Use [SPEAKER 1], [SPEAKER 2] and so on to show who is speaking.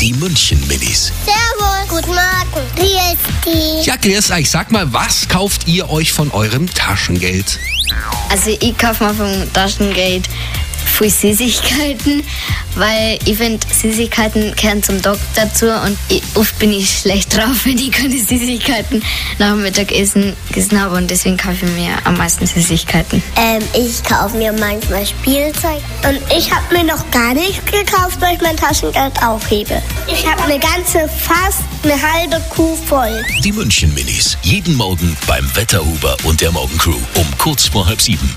[SPEAKER 1] Die München Minis.
[SPEAKER 2] Servus. Guten Morgen. Wie ist die?
[SPEAKER 1] Ja, grüß euch. Sag mal, was kauft ihr euch von eurem Taschengeld?
[SPEAKER 3] Also ich kaufe mir vom Taschengeld viel Süßigkeiten, weil ich finde, Süßigkeiten gehören zum Doktor dazu und ich, oft bin ich schlecht drauf, wenn ich keine Süßigkeiten nach dem Mittagessen gegessen habe und deswegen kaufe ich mir am meisten Süßigkeiten.
[SPEAKER 2] Ähm, ich kaufe mir manchmal Spielzeug. Und ich habe mir noch gar nichts gekauft, weil ich mein Taschengeld aufhebe. Ich habe eine ganze, fast eine halbe Kuh voll.
[SPEAKER 1] Die München Minis. Jeden Morgen beim Wetterhuber und der Morgencrew um kurz vor halb sieben.